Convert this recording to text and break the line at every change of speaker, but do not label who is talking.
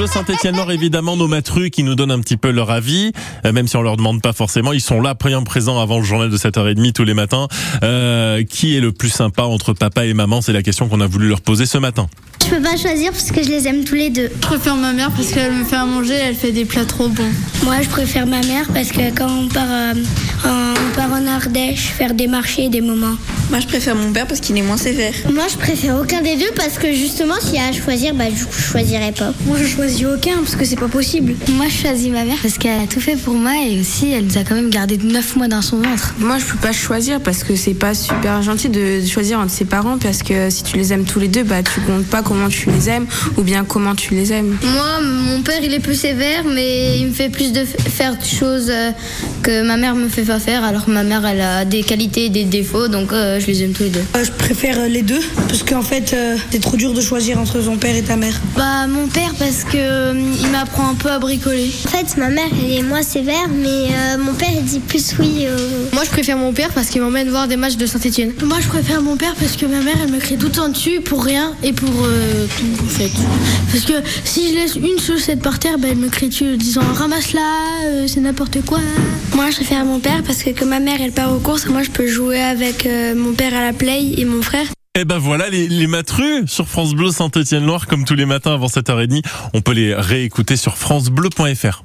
de Saint-Étienne-Nord, évidemment, nos matrus qui nous donnent un petit peu leur avis, euh, même si on leur demande pas forcément. Ils sont là, présents, présents avant le journal de 7h30 tous les matins. Euh, qui est le plus sympa entre papa et maman C'est la question qu'on a voulu leur poser ce matin.
Je peux pas choisir parce que je les aime tous les deux.
Je préfère ma mère parce qu'elle me fait à manger et elle fait des plats trop bons.
Moi, je préfère ma mère parce que quand on part, euh, en, on part en Ardèche faire des marchés et des moments.
Moi, je préfère mon père parce qu'il est moins sévère.
Moi, je préfère aucun des deux parce que justement, s'il y a à choisir, bah du coup, je choisirais pas.
Moi, je choisis aucun parce que c'est pas possible.
Moi, je choisis ma mère parce qu'elle a tout fait pour moi et aussi, elle nous a quand même gardé 9 mois dans son ventre.
Moi, je peux pas choisir parce que c'est pas super gentil de choisir entre ses parents parce que si tu les aimes tous les deux, bah tu comptes pas comment tu les aimes ou bien comment tu les aimes.
Moi, mon père, il est plus sévère, mais il me fait plus de faire des choses euh, que ma mère me fait pas faire. Alors que ma mère, elle a des qualités et des défauts, donc euh, je les aime tous les deux.
Euh, je préfère les deux parce qu'en fait, euh, c'est trop dur de choisir entre son père et ta mère.
Bah, mon père parce que
euh,
il m'apprend un peu à bricoler.
En fait, ma mère, elle est moins sévère, mais euh, mon père, il dit plus oui.
Moi, je préfère mon père parce qu'il m'emmène voir des matchs de Saint-Etienne.
Moi, je préfère mon père parce que ma mère, elle me crée tout le temps dessus pour rien et pour euh, tout, en fait. Parce que si je laisse une chaussette par terre, bah, elle me crée dessus en disant ramasse-la, euh, c'est n'importe quoi.
Moi, je préfère mon père parce que quand ma mère, elle part aux courses, moi, je peux jouer avec euh, mon père à la play et mon frère.
Eh ben voilà, les, les matrus sur France Bleu Saint-Etienne-Loire, comme tous les matins avant 7h30, on peut les réécouter sur francebleu.fr.